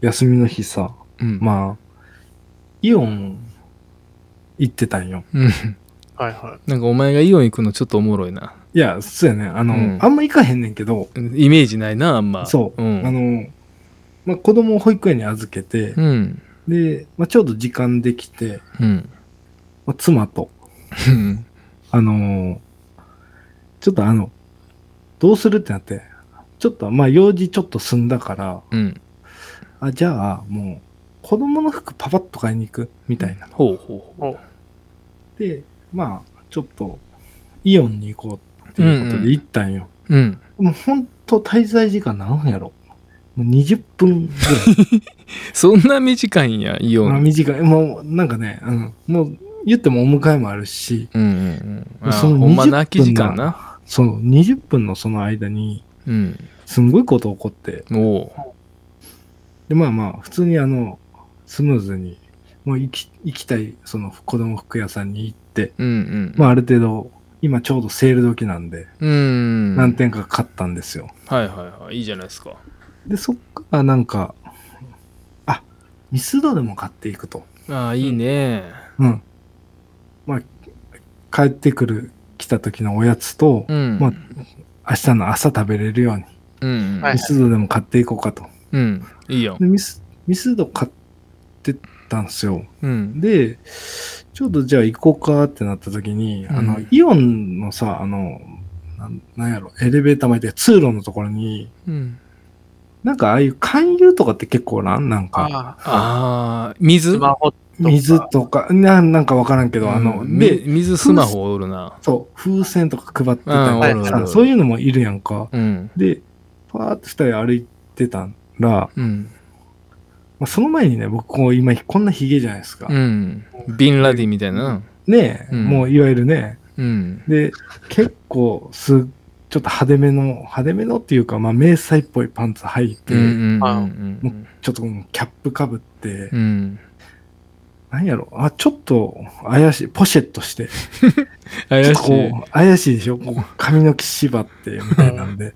Speaker 1: 休みの日さ、
Speaker 2: うん。
Speaker 1: まあ、イオン行ってたんよ。
Speaker 2: うん。
Speaker 3: はいは
Speaker 2: なんかお前がイオン行くのちょっとおもろいな。
Speaker 1: いや、そうやね。あの、
Speaker 2: うん
Speaker 1: あんま行かへんねんけど、
Speaker 2: イメージないな、あんま。
Speaker 1: そう、
Speaker 2: うん。
Speaker 1: あの、まあ、子供を保育園に預けて、
Speaker 2: うん。
Speaker 1: で、まあ、ちょうど時間できて、
Speaker 2: うん。
Speaker 1: まあ、妻と、
Speaker 2: うん。
Speaker 1: あのーちょっとあの、どうするってなって、ちょっと、まあ、用事ちょっと済んだから、
Speaker 2: うん。
Speaker 1: あ、じゃあ、もう、子供の服パパッと買いに行く、みたいな。
Speaker 2: ほうほうほ
Speaker 1: で、まあ、ちょっと、イオンに行こうっていうことで行ったんよ。
Speaker 2: う。うん。
Speaker 1: もう、ほんと滞在時間何分やろもう20分ぐらい。
Speaker 2: そんな短いんや、イオ
Speaker 1: まあ、
Speaker 2: ン。
Speaker 1: 短い。もう、なんかね、うん、もう、言ってもお迎えもあるし、
Speaker 2: うんうんうん。あ
Speaker 1: その
Speaker 2: ほんま
Speaker 1: 20
Speaker 2: 泣き時間な。
Speaker 1: その20分のその間に、
Speaker 2: うん。
Speaker 1: すんごいこと起こって、
Speaker 2: おう。
Speaker 1: で、まあまあ、普通にあの、スムーズに、もう行き行きたい、その子供服屋さんに行って、
Speaker 2: うんうん。
Speaker 1: まあ
Speaker 2: あ、
Speaker 1: ある程度、今ちょうどセール時なんで、
Speaker 2: うん。
Speaker 1: 何。点か買ったんですよ。
Speaker 2: はいはいはい。いいじゃないですか。
Speaker 1: で、そっからなんか、あ、ミスドでも買っていくと。
Speaker 2: ああ、いいね。
Speaker 1: うん。まあ、帰ってくる、来た時のおやつと、
Speaker 2: うん。
Speaker 1: まあ明日の朝食べれるように、
Speaker 2: うん。
Speaker 3: はい
Speaker 1: ミスドでも買っていこうかと。
Speaker 2: うん。いいよ
Speaker 1: で。ミス、ミスド買ってったんですよ。
Speaker 2: うん。
Speaker 1: で、ちょっとじゃあ行こうかってなった時に、
Speaker 2: うん
Speaker 1: あの、イオンのさ、あの、なんなんやろ、エレベーター前で通路のところに、
Speaker 2: うん。
Speaker 1: なんかああいう勧誘とかって結構なんなんか、
Speaker 3: ああ
Speaker 2: ああ、水
Speaker 3: スマホとか。
Speaker 1: 水とか、ななんかわからんけど、
Speaker 2: うん
Speaker 1: あの、
Speaker 2: み
Speaker 1: で、
Speaker 2: 水スマホおるな。
Speaker 1: そう、風船とか配って
Speaker 2: う
Speaker 1: た
Speaker 2: ん
Speaker 1: り
Speaker 2: お
Speaker 3: は
Speaker 2: る
Speaker 3: い
Speaker 1: と
Speaker 2: お
Speaker 1: か、
Speaker 2: る。
Speaker 1: そういうのもいるやんか。
Speaker 2: うん。
Speaker 1: で、パーって二人歩いてたら、
Speaker 2: うん。
Speaker 1: まあ、その前にね、僕こう今こんなヒゲじゃないですか。
Speaker 2: うん。ビンラディみたいな。
Speaker 1: ねえ、
Speaker 2: うん
Speaker 1: もういわゆるね、
Speaker 2: うん。
Speaker 1: で、結構す、ちょっと派手めの、派手めのっていうか、まあ、迷彩っぽいパンツ履いて、
Speaker 2: うんうん
Speaker 3: あ
Speaker 2: うん
Speaker 1: ちょっともうキャップかぶって、
Speaker 2: うん。
Speaker 1: なんやろ、あ、ちょっと怪しい、ポシェットして、
Speaker 2: 怪
Speaker 1: ちょっと
Speaker 2: しい
Speaker 1: こ。う、怪しいでしょこう髪の毛縛って、みたいなんで、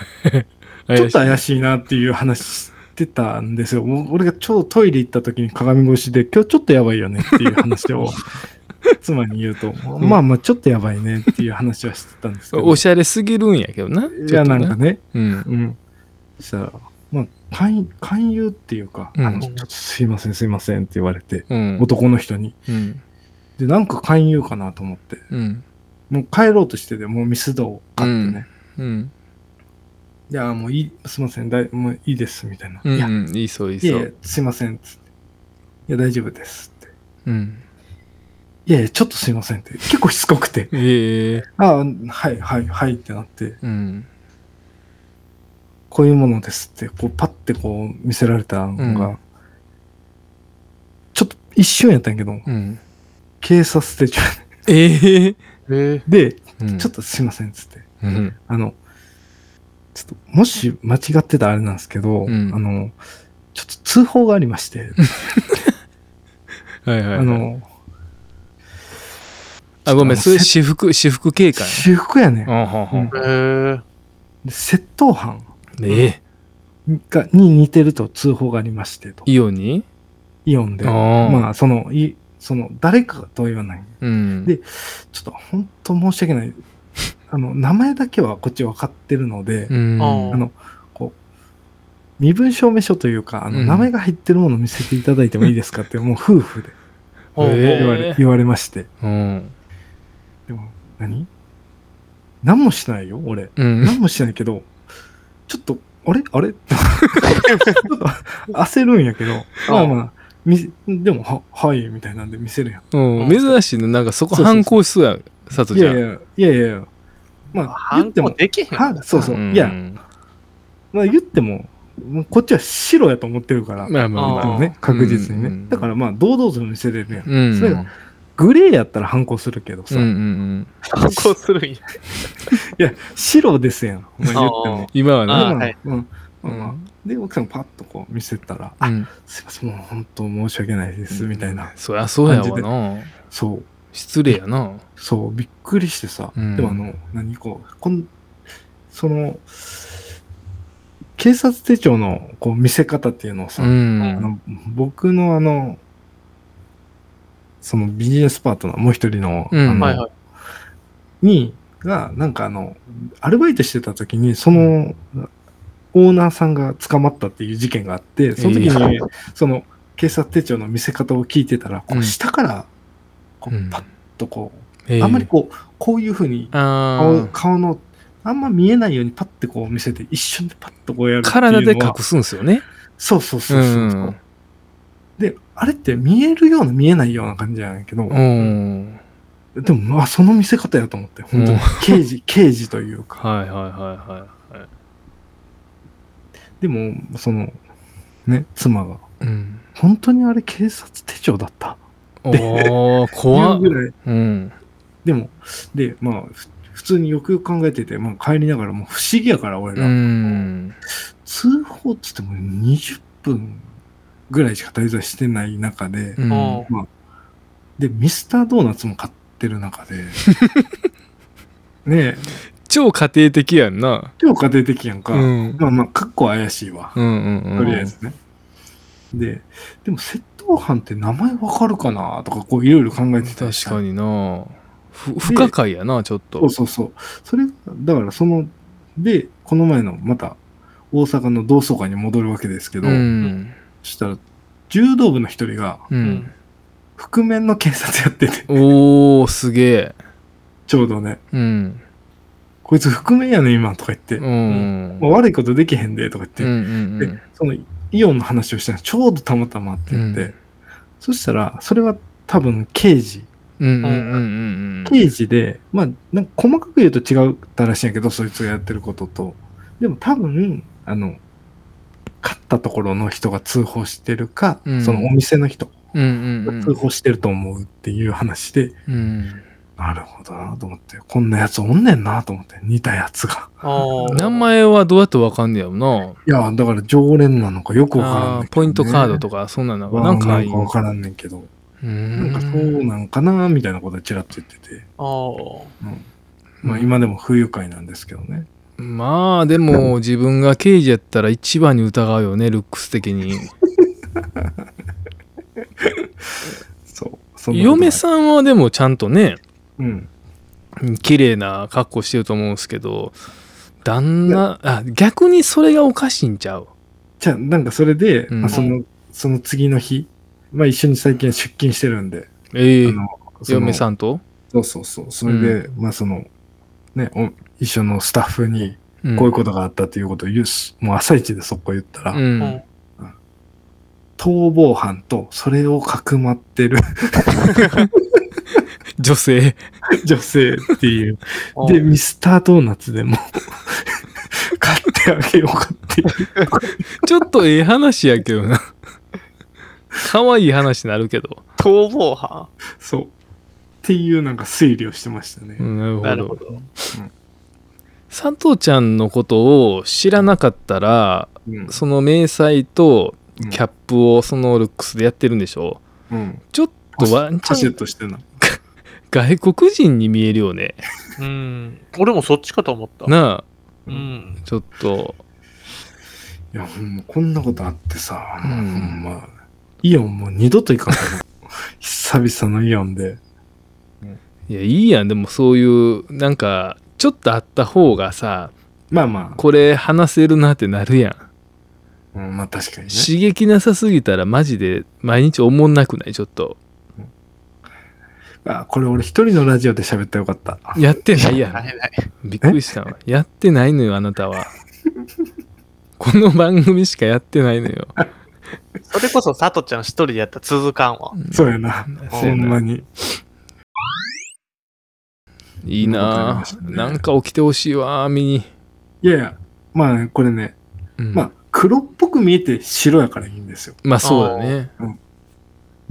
Speaker 1: ちょっと怪しいなっていう話してたんですよ。もう俺がちょうどトイレ行った時に鏡越しで、今日ちょっとやばいよねっていう話 を、妻に言うと、
Speaker 2: ん
Speaker 1: まあまあちょっとやばいねっていう話はしてたんですけど。
Speaker 2: おしゃれすぎるんやけどな。
Speaker 1: いや、なんか
Speaker 2: ね。
Speaker 1: ね、
Speaker 2: うん。
Speaker 1: うん。そしたら、まあ、勧誘勧誘っていうか、
Speaker 2: うん
Speaker 1: あのちょっとすいません、すいませんって言われて、
Speaker 2: うん。
Speaker 1: 男の人に。
Speaker 2: うん。
Speaker 1: で、なんか勧誘かなと思って、
Speaker 2: うん。
Speaker 1: もう帰ろうとしてて、もうミスドを買ってね。
Speaker 2: うん。
Speaker 1: いや、もういい、すいません、だいもういいです、みたいな。
Speaker 2: う
Speaker 1: いや、い
Speaker 2: ん。いいそう、いいそ
Speaker 1: やいや
Speaker 2: う。、
Speaker 1: すいません、つって。いや、大丈夫です、って。
Speaker 2: うん。
Speaker 1: いやいや、ちょっとすいませんって。結構しつこくて。
Speaker 2: ええ。
Speaker 1: ああ、はい、はい、はいってなって、
Speaker 2: うん。
Speaker 1: こういうものですって、こう、パッてこう、見せられたのが、
Speaker 2: うん
Speaker 1: ちょっと一瞬やったんやけど、
Speaker 2: うん。
Speaker 1: 警察手帳
Speaker 2: ええ。
Speaker 3: え
Speaker 1: で、ち
Speaker 2: ち
Speaker 1: ょっとすいませんっつって、
Speaker 2: と。うん。
Speaker 1: あの、ちょっと、もし間違ってたらあれなんですけど、
Speaker 2: うん
Speaker 1: あの、ちょっと通報がありまして、
Speaker 2: はいはい。
Speaker 1: あ、の、
Speaker 2: あ、ごめん、それ私服、私服警官。
Speaker 1: 私服やねん
Speaker 2: う。んほんほん
Speaker 3: えー。
Speaker 1: で窃盗犯
Speaker 2: ええ。
Speaker 1: がに似てると通報がありまして、と。
Speaker 2: イオンに
Speaker 1: イオンで。
Speaker 2: あー
Speaker 1: まあ、その、い、その、誰かとは言わない。
Speaker 2: うん。
Speaker 1: でちょっと、本当申し訳ない。あの、名前だけはこっち分かってるので、
Speaker 2: うん。
Speaker 3: あ
Speaker 1: あの、こう、身分証明書というか、あの、
Speaker 2: うん
Speaker 1: 名前が入ってるものを見せていただいてもいいですか って、もう夫婦で
Speaker 3: ほうほう
Speaker 2: え
Speaker 1: 言わ
Speaker 2: ー
Speaker 1: れ、言われまして。
Speaker 2: うん。
Speaker 1: でも、何何もしないよ、俺。
Speaker 2: うん。
Speaker 1: 何もしないけど、ちょっと、あれあれ ちょっと焦るんやけど、まあまあ、みでも、は、はい、みたいなんで見せるやん。
Speaker 2: うん、珍しいね。なんかそこ
Speaker 1: そうそうそう
Speaker 2: 反抗しそうや、さと
Speaker 1: い
Speaker 2: ちゃ
Speaker 1: や
Speaker 2: ん。
Speaker 1: いや、いやいやいや、まあ、言
Speaker 3: 反
Speaker 1: って
Speaker 3: 抗
Speaker 1: も、
Speaker 3: できへんから
Speaker 1: はそうそう、
Speaker 2: ん
Speaker 1: いや、まあ言っても、もうこっちは白やと思ってるから、
Speaker 2: まあまあま
Speaker 1: で
Speaker 2: あ。
Speaker 1: もね、確実にね。
Speaker 2: うんうんうん
Speaker 1: だからまあ、堂々と見せれるやん。
Speaker 2: うん。
Speaker 1: それがグレーやったら反抗するけど
Speaker 2: うん
Speaker 1: さ、
Speaker 2: うんう
Speaker 1: い
Speaker 2: ん。
Speaker 3: 反抗するんや。
Speaker 1: や、白ですやん、まあ、言っても。
Speaker 2: 今は
Speaker 3: あ
Speaker 2: ね。
Speaker 3: ー
Speaker 1: ま
Speaker 3: は
Speaker 1: あ
Speaker 3: い
Speaker 1: うんま
Speaker 2: う
Speaker 1: あまあ
Speaker 2: ん。
Speaker 1: で、奥さんパッとこう見せたら、
Speaker 2: う
Speaker 1: あ、
Speaker 2: ん
Speaker 1: すいません、もう本当申し訳ないです、みたいな。
Speaker 2: そりゃそうやわな。
Speaker 1: そう、
Speaker 2: 失礼やな。
Speaker 1: そう、びっくりしてさ、
Speaker 2: うん
Speaker 1: でもあの、何こう、こん、その、警察手帳のこう見せ方っていうのをさ、
Speaker 2: う
Speaker 1: あ
Speaker 2: ん。
Speaker 1: の僕のあの、そのビジネスパートナー、もう一人の、
Speaker 2: うん
Speaker 1: あの
Speaker 3: はいはい。
Speaker 1: に、が、なんかあの、アルバイトしてた時に、その、オーナーさんが捕まったっていう事件があって、その時に、
Speaker 2: え
Speaker 1: その、警察手帳の見せ方を聞いてたら、こ
Speaker 2: うん
Speaker 1: う下から、こ
Speaker 2: うん
Speaker 1: う、パッとこう、
Speaker 2: ええ
Speaker 1: あんまりこう、こういうふうに、
Speaker 2: あ
Speaker 1: 顔
Speaker 2: ー
Speaker 1: 顔の、あんま見えないようにパッてこう見せて、一瞬でパッとこうやるっていうのは。
Speaker 2: 体で隠すんすよね。
Speaker 1: そうそう
Speaker 2: う
Speaker 1: そうそう。
Speaker 2: ん。
Speaker 1: で、あれって見えるような見えないような感じじゃないけど、
Speaker 2: うん。
Speaker 1: でもまあその見せ方やと思って、本当
Speaker 2: うん
Speaker 1: に。刑事、刑事というか。
Speaker 2: はいはいはいはいは
Speaker 1: でも、その、ね、妻が、
Speaker 2: い。うん。
Speaker 1: 本当にあれ警察手帳だった。
Speaker 2: おー、怖
Speaker 1: っ
Speaker 2: って
Speaker 1: いうぐらい。
Speaker 2: うん。
Speaker 1: でも、で、まあ、ふ普通によくよく考えてて、まあ帰りながらもう不思議やから、俺
Speaker 2: う
Speaker 1: ら。
Speaker 2: ん。
Speaker 1: 通報っつっても20分ぐらいしか滞在してない中で、
Speaker 2: うん
Speaker 3: うん
Speaker 1: で、ミスタードーナツも買ってる中 で、ねえ、
Speaker 2: 超家庭的やんな。
Speaker 1: 今日家庭的やんか。
Speaker 2: うん。
Speaker 1: まあまあ、かっこ怪しいわ。
Speaker 2: うんうんう
Speaker 1: と
Speaker 2: ん。
Speaker 1: りあえずね。で、でも窃盗犯って名前わかるかなとか、こういろいろ考えてたりし
Speaker 2: 確
Speaker 1: た
Speaker 2: かになふ不可解やなちょっ
Speaker 1: そ
Speaker 2: と
Speaker 1: うそうそう。それ、だからその、で、この前のまた大阪の同窓会に戻るわけですけど、
Speaker 2: うん
Speaker 1: そしたら、柔道部の一人が
Speaker 2: うん
Speaker 1: 覆面の警察やって て、
Speaker 2: おーすげえ
Speaker 1: ちょうどね、
Speaker 2: うん
Speaker 1: こいつ覆面やねん今とか言って、
Speaker 2: うん
Speaker 1: もう悪いことできへんでとか言って、
Speaker 2: うんうん
Speaker 1: で
Speaker 2: うん
Speaker 1: そのイオンの話をしたらちょうどたまたまって言って、
Speaker 2: うん
Speaker 1: そしたらそれは多分刑事
Speaker 2: うんうんうんうん
Speaker 1: 刑事で、まあなんか細かく言うと違ったらしいんやけどそいつがやってることとでも多分あの勝ったところの人が通報してるか、
Speaker 2: うん
Speaker 1: そのお店の人
Speaker 2: うんうん
Speaker 1: が
Speaker 2: うん
Speaker 1: 通報してると思うっていう話で、
Speaker 2: うん
Speaker 1: なるほどなと思ってこんなやつおんねんなと思って似たやつが
Speaker 3: ああ。
Speaker 2: 名前はどうやってわかんねやろない
Speaker 1: やだから常連なのかよくわからん
Speaker 2: あ
Speaker 1: ねんけど
Speaker 2: ー
Speaker 1: ね
Speaker 2: ポイントカードとかそんなの
Speaker 1: わ
Speaker 2: がなんか
Speaker 1: ないん
Speaker 2: い
Speaker 1: かわからんねんけど
Speaker 2: う
Speaker 1: なん
Speaker 2: ん
Speaker 1: かそうなんかなみたいなことはちらっと言ってて、
Speaker 3: ああ。
Speaker 1: まあ、今でも不愉快なんですけどね。
Speaker 2: まあでも自分が刑事やったら一番に疑うよねルックス 的に
Speaker 1: そう。そんなことない
Speaker 2: 嫁さんはでもちゃんとね
Speaker 1: うん。
Speaker 2: 綺麗な格好してると思うんですけど旦那あ逆にそれがおかしいんちゃう
Speaker 1: じゃあ、なんかそれで、
Speaker 2: うん
Speaker 1: まあ、その、その次の日、まあ一緒に最近出勤してるんで、
Speaker 2: ええ
Speaker 1: あのその
Speaker 2: 嫁さんと
Speaker 1: そうそうそう。それで、まあその、ね、お一緒のスタッフに、こういうことがあったっていうことを言うし、もう朝一でそこ言ったら、
Speaker 2: とうん、うん
Speaker 1: 逃亡犯とそれをかくまってる
Speaker 2: 女性
Speaker 1: 女性っていう
Speaker 3: うん
Speaker 1: で、ミスタードーナツでも 買ってあげようかっていう。
Speaker 2: ちょっとええ話やけどな可愛い話になるけど、
Speaker 3: 逃亡犯
Speaker 1: そう。っていうなんか推理をしてましたね。
Speaker 2: うんなるほど
Speaker 3: なるほど。
Speaker 2: 佐藤ちゃんのことを知らなかったら
Speaker 1: うん
Speaker 2: その迷彩と
Speaker 1: うん
Speaker 2: キャップをそのルックスでやってるんでしょ
Speaker 1: うん。
Speaker 2: ちょっとワンチ
Speaker 1: パシュ
Speaker 2: ャ
Speaker 1: ッ
Speaker 2: ン
Speaker 1: としてな。
Speaker 2: 外国人に見えるよね
Speaker 3: うん。俺もそっちかと思った。
Speaker 2: なあ
Speaker 3: うん。
Speaker 2: ちょっと
Speaker 1: いや、ほんまこんなことあってさ、
Speaker 2: う
Speaker 1: ほ
Speaker 2: ん
Speaker 1: んま、イオンもう二度と行かんから。 久々のイオンで。
Speaker 2: いやいいやんでもそういうなんかちょっとあった方がさ
Speaker 1: まあま
Speaker 2: これ話せるなってなるやん
Speaker 1: あ、うん、まあ確かにね。
Speaker 2: 刺激なさすぎたらマジで毎日おもんなくないちょっと
Speaker 1: あ、これ俺一人のラジオで喋ったらよかった。
Speaker 2: やってないや
Speaker 3: あ
Speaker 2: ん
Speaker 3: れない。
Speaker 2: びっくりしたわやってないのよあなたはこの番組しかやってないのよ
Speaker 3: それこそ、佐藤ちゃん一人でやったら続かんわ。
Speaker 1: そうやな。
Speaker 2: そう
Speaker 1: ほ
Speaker 2: や
Speaker 1: ん
Speaker 2: な
Speaker 1: まに。
Speaker 2: いいなあ
Speaker 1: うん
Speaker 2: なんか起きてほしいわ見に、
Speaker 1: いやいや、まあねこれね、
Speaker 2: うん
Speaker 1: まあ黒っぽく見えて白やからいいんですよ。
Speaker 2: まあそうだね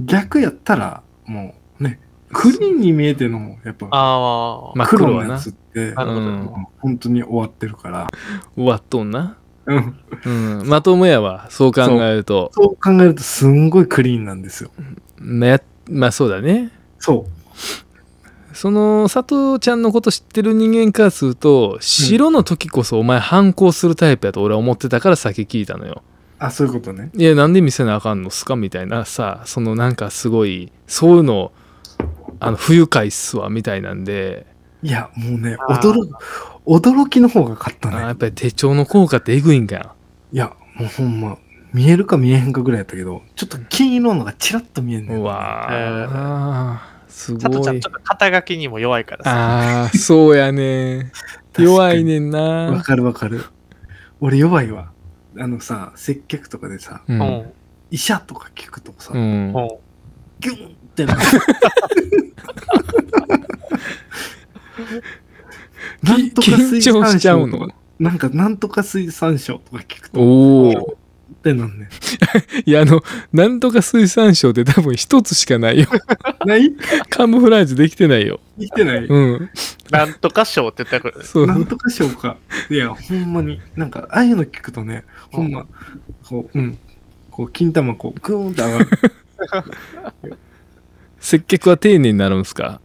Speaker 1: 逆やったら、もうね、クリーンに見えての、やっぱ、
Speaker 3: ああ。
Speaker 2: まあ
Speaker 1: 黒
Speaker 2: 黒
Speaker 1: の
Speaker 2: は
Speaker 1: や
Speaker 2: な
Speaker 1: つって、
Speaker 3: なるほど。
Speaker 2: うん
Speaker 1: 本当に終わってるから、
Speaker 2: 終わっとんな、
Speaker 1: うん
Speaker 2: うん、まともやわそう考えると
Speaker 1: そう考えるとすんごいクリーンなんですよ。
Speaker 2: まあやまあそうだね
Speaker 1: そ
Speaker 2: その佐藤ちゃんのこと知ってる人間からすると白の時こそお前反抗するタイプやと俺は思ってたから先聞いたのよ
Speaker 1: う。あ、そういうことね。
Speaker 2: いやなんで見せなあかんのっすかみたいなさそのなんかすごいそういうのあの不愉快っすわみたいなんで、
Speaker 1: いや、もうね、
Speaker 3: あー
Speaker 1: 驚、驚きの方が勝った
Speaker 2: あーや
Speaker 1: ね
Speaker 2: っ。ぱり手帳の効果ってえぐいんか
Speaker 1: いや、もうほんま、見えるか見えへんかぐらいやったけど、ちょっと金色のがちらっと見えん
Speaker 2: や
Speaker 1: ね。
Speaker 2: うんわ
Speaker 3: え
Speaker 2: ー、す
Speaker 3: 佐藤
Speaker 2: ご
Speaker 3: ちゃん、
Speaker 2: い
Speaker 3: ちょっと肩書きにも弱いからさ。
Speaker 2: あーそうやね
Speaker 1: 確かに
Speaker 2: 弱い。ねん
Speaker 1: わ
Speaker 2: な
Speaker 1: かるわかる。俺弱いわ。あのさ、接客とかでさ、
Speaker 2: う
Speaker 3: うんん。
Speaker 1: 医者とか聞くとさ、
Speaker 2: うん
Speaker 3: うん。
Speaker 1: ギュンって なる。なんとか水
Speaker 2: 緊張し
Speaker 1: 産
Speaker 2: ちゃう
Speaker 1: 省と
Speaker 2: の
Speaker 1: か、なんかなんとか水産省とか聞くと、っ
Speaker 2: おお
Speaker 1: てなんね。
Speaker 2: いや、あの、なんとか水産省って多分一つしかな いよ。
Speaker 1: ない
Speaker 2: カムフラージュできてないよ。
Speaker 1: 生きてない、
Speaker 2: うん。
Speaker 3: なんとか賞って言ったか ら。
Speaker 2: そう。
Speaker 1: なんとか省か。いや、ほんまに、なんか、ああいうの聞くとね、ほんま、こう、うん、こう、金玉、こう、グーンって上が る。
Speaker 2: 接客は丁寧になるんすか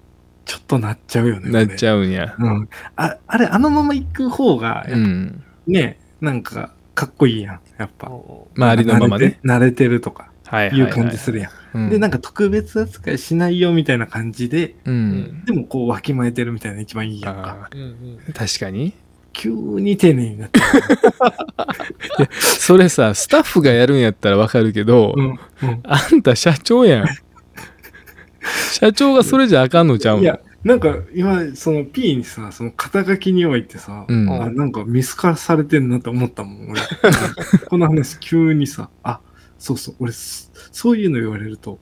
Speaker 1: ちょっとなっちゃうよね。
Speaker 2: なっち
Speaker 1: ゃ
Speaker 2: ゃうんや。
Speaker 1: う。うん。ああれ、あのまま行く方が、や
Speaker 2: う
Speaker 1: っ
Speaker 2: ん。
Speaker 1: ぱね、なんか、かっこいいやん、やっぱ。
Speaker 3: うん
Speaker 2: まあ、ありのままね。
Speaker 1: 慣れて。慣れてるとか、
Speaker 2: はいはいい、は
Speaker 1: う
Speaker 2: い。
Speaker 1: 感じするやん。
Speaker 2: うん
Speaker 1: で、なんか特別扱いしないよみたいな感じで、
Speaker 2: う。
Speaker 3: うん
Speaker 1: でもこうわきまえてるみたいな一番いいやんか。
Speaker 2: あ
Speaker 3: うんうん
Speaker 2: ー確かに。
Speaker 1: 急に丁寧になってる。
Speaker 2: それさ、スタッフがやるんやったらわかるけど、
Speaker 1: うんうん
Speaker 2: あんた社 長やん。社長がそれじゃあかんのちゃう
Speaker 1: い
Speaker 2: の
Speaker 1: や、なんか今、その P にさ、その肩書きにおいてさ、
Speaker 2: うん
Speaker 1: あなんか見透かされてんなって思ったもん、俺。 この話急にさ、あ、そうそう、俺、そそういうの言われると、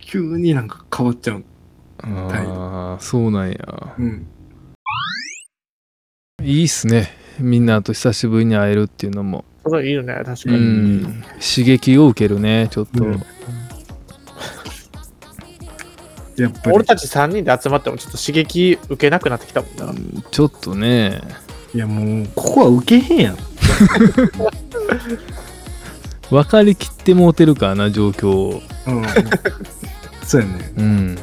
Speaker 1: 急になんか変わっちゃう。
Speaker 2: ああ、そうなんや。
Speaker 1: うん。
Speaker 2: いいっすね。みんなと久しぶりに会えるっていうのも。
Speaker 3: それいいよね、確か
Speaker 2: う
Speaker 3: に。
Speaker 2: ん。刺激を受けるね、ちょっと。
Speaker 1: うんやっぱり。
Speaker 3: 俺たち3人で集まってもちょっと刺激受けなくなってきたもんな。
Speaker 2: ちょっとね。
Speaker 1: いやもう、ここは受けへんやん。
Speaker 2: 分かりきってもうてるからな状況を
Speaker 1: うん。そうやね。
Speaker 2: うん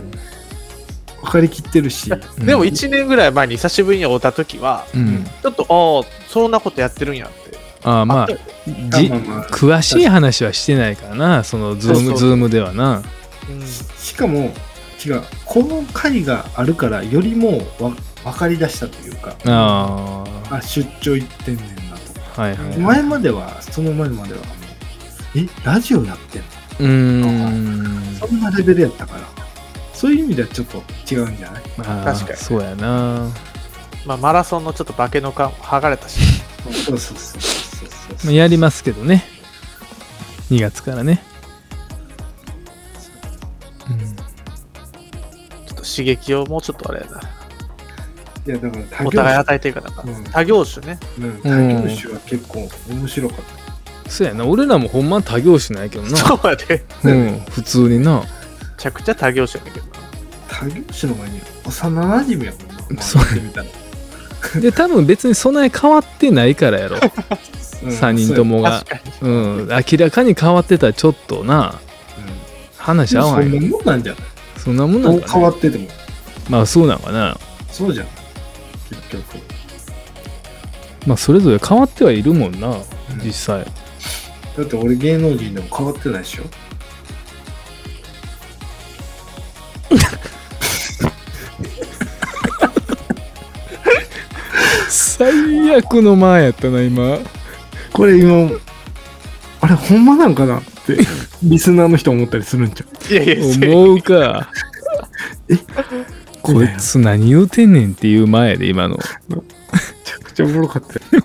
Speaker 1: 分かりきってるし。
Speaker 3: でも1年ぐらい前に久しぶりに会った時は、
Speaker 2: うん
Speaker 3: ちょっと、ああ、そんなことやってるんやって。
Speaker 2: ああまあ
Speaker 3: あ
Speaker 2: じ
Speaker 1: まあまあ
Speaker 2: 詳しい話はしてないからなそのズ
Speaker 3: そう
Speaker 2: ー
Speaker 3: そ
Speaker 2: ム
Speaker 3: う
Speaker 2: ズームではな
Speaker 3: うん
Speaker 1: しかも、違う。この回があるから、よりもうわ分かりだしたというか、
Speaker 2: ああ
Speaker 1: あ、出張行ってんねんなとか。
Speaker 2: はいはい
Speaker 1: 前までは、その前までは、え、ラジオやってんの
Speaker 2: うーん
Speaker 1: そんなレベルやったから。そういう意味ではちょっと違うんじゃない
Speaker 2: まあ
Speaker 3: 確かに
Speaker 2: そうやな、
Speaker 3: まあ、マラソンのちょっと化けの皮も剥が れたし、
Speaker 1: そうそうそうそうそう
Speaker 2: まあ、やりますけどね2月からね、
Speaker 3: ちょっと刺激をもうちょっとあれやな。
Speaker 1: いや、だから多業種、
Speaker 3: お互い与えていかなあかん
Speaker 1: うん
Speaker 3: 他業種ね。
Speaker 1: うん、多業種は結構面白かった。
Speaker 2: うん、そうやな俺らもほんま多業種ないけどな、
Speaker 3: そうやで。め
Speaker 2: うん、普通にな
Speaker 3: ちゃくちゃ他業種やねんけどな。
Speaker 1: 他業種の前に幼馴染やもんな。
Speaker 2: そう
Speaker 1: やってみたら。
Speaker 2: で多分別にそんなに変わってないからやろ3
Speaker 1: 3
Speaker 2: 人と。もが
Speaker 3: 確かに。
Speaker 2: うん、明らかに変わってたらちょっとな話
Speaker 1: じゃ
Speaker 2: 合
Speaker 1: あ、そ
Speaker 2: わ
Speaker 1: ん
Speaker 2: ん
Speaker 1: な
Speaker 2: よ
Speaker 1: もんなんじゃない
Speaker 2: そんなもんな
Speaker 1: ど
Speaker 2: ん
Speaker 1: う
Speaker 2: か
Speaker 1: 変
Speaker 2: な
Speaker 1: わってても。
Speaker 2: まあそうなんかな
Speaker 1: そうじゃん。結局。
Speaker 2: まあそれぞれ変わってはいるもんな実
Speaker 1: だ
Speaker 2: 際
Speaker 1: って俺芸能人でも変わってないでしょ。
Speaker 2: 最悪の前やったな今
Speaker 1: これ今、あれほんまなんかな って、リスナーの人思ったりするんちゃう
Speaker 3: いやいや、
Speaker 2: Oh,
Speaker 3: せ
Speaker 2: 思う かこいつ何言うてんねんっていう前で今の
Speaker 1: めちゃくちゃおもろかったよ。